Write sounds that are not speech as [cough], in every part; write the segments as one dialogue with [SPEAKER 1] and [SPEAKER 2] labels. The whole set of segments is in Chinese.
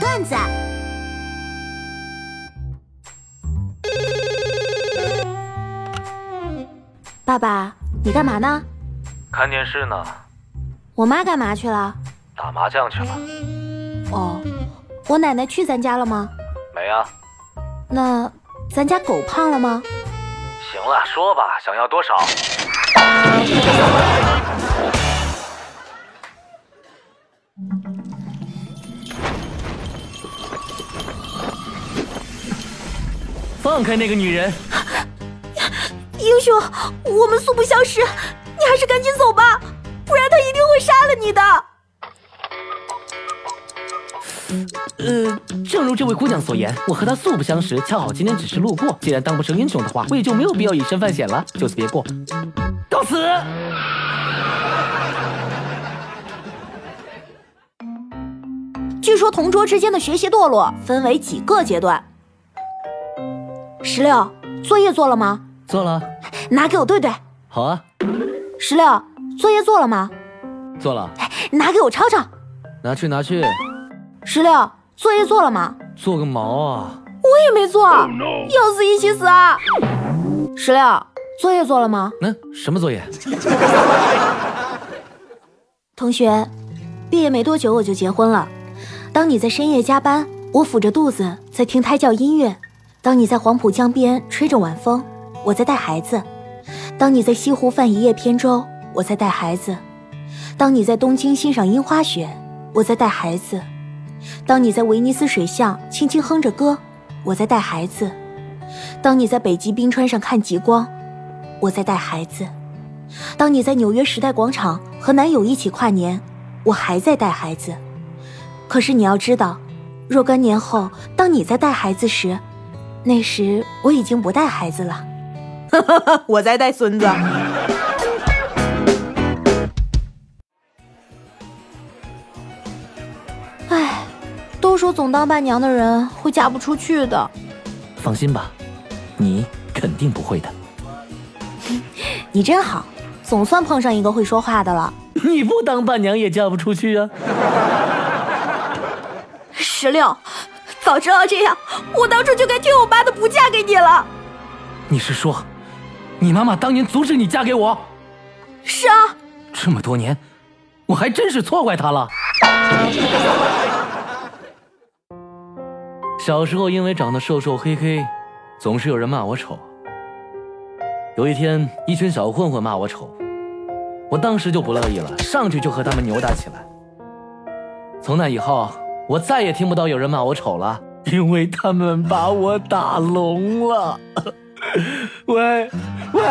[SPEAKER 1] 段子。爸爸，你干嘛呢？
[SPEAKER 2] 看电视呢，
[SPEAKER 1] 我妈干嘛去了？
[SPEAKER 2] 打麻将去了。
[SPEAKER 1] 哦，我奶奶去咱家了吗？
[SPEAKER 2] 没啊？
[SPEAKER 1] 那咱家狗胖了吗？
[SPEAKER 2] 行了，说吧，想要多少？
[SPEAKER 3] 放开那个女人！
[SPEAKER 4] 英雄，哎我们素不相识，你还是赶紧走吧，不然他一定会杀了你的。
[SPEAKER 3] 呃，正如这位姑娘所言，我和她素不相识，恰好今天只是路过。既然当不成英雄的话，我也就没有必要以身犯险了，就此别过，告辞。
[SPEAKER 4] 据说同桌之间的学习堕落分为几个阶段。石榴，作业做了吗？
[SPEAKER 3] 做了，
[SPEAKER 4] 拿给我对对。
[SPEAKER 3] 好啊，
[SPEAKER 4] 石榴，作业做了吗？
[SPEAKER 3] 做了，
[SPEAKER 4] 拿给我抄抄。
[SPEAKER 3] 拿去拿去，
[SPEAKER 4] 石榴，作业做了吗？
[SPEAKER 3] 做个毛啊！
[SPEAKER 4] 我也没做，要死一起死啊！石榴，作业做了吗？
[SPEAKER 3] 那、什么作业？
[SPEAKER 4] 同学，毕业没多久我就结婚了。当你在深夜加班，我抚着肚子在听胎教音乐；当你在黄浦江边吹着晚风，我在带孩子；当你在西湖泛一叶扁舟，我在带孩子；当你在东京欣赏樱花雪，我在带孩子；当你在威尼斯水巷轻轻哼着歌，我在带孩子；当你在北极冰川上看极光，我在带孩子；当你在纽约时代广场和男友一起跨年，我还在带孩子。可是你要知道，若干年后，当你在带孩子时，那时我已经不带孩子了。 [laughs] 我在带孙子。唉，都说总当伴娘的人会嫁不出去的。
[SPEAKER 3] 放心吧，你肯定不会的。
[SPEAKER 4] 你真好，总算碰上一个会说话的了。
[SPEAKER 3] 你不当伴娘也嫁不出去啊！
[SPEAKER 4] 石榴，早知道这样，我当初就该听我妈的，不嫁给你了。
[SPEAKER 3] 你是说，你妈妈当年阻止你嫁给我？
[SPEAKER 4] 是啊，
[SPEAKER 3] 这么多年，我还真是错怪她了。小时候因为长得瘦瘦黑黑，总是有人骂我丑。有一天，一群小混混骂我丑，我当时就不乐意了，上去就和他们扭打起来。从那以后，我再也听不到有人骂我丑了，因为他们把我打聋了。 [laughs] 喂，喂！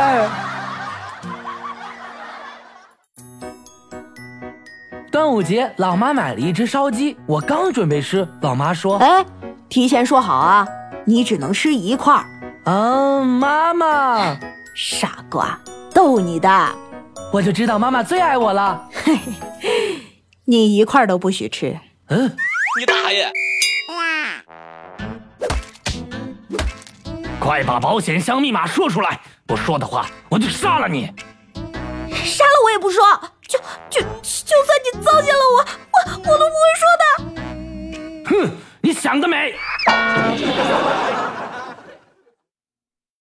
[SPEAKER 3] 端午节，老妈买了一只烧鸡，我刚准备吃，老妈说：“
[SPEAKER 4] 哎，提前说好啊，你只能吃一块儿。
[SPEAKER 3] 啊，妈妈，
[SPEAKER 4] 傻瓜，逗你的，
[SPEAKER 3] 我就知道妈妈最爱我了。
[SPEAKER 4] 你一块儿都不许吃。
[SPEAKER 3] 嗯，
[SPEAKER 5] 你大爷！
[SPEAKER 3] 快把保险箱密码说出来，不说的话我就杀了你。
[SPEAKER 4] 杀了我也不说，就就就算你糟践了我，我我都不会说的。
[SPEAKER 3] 哼，你想得美！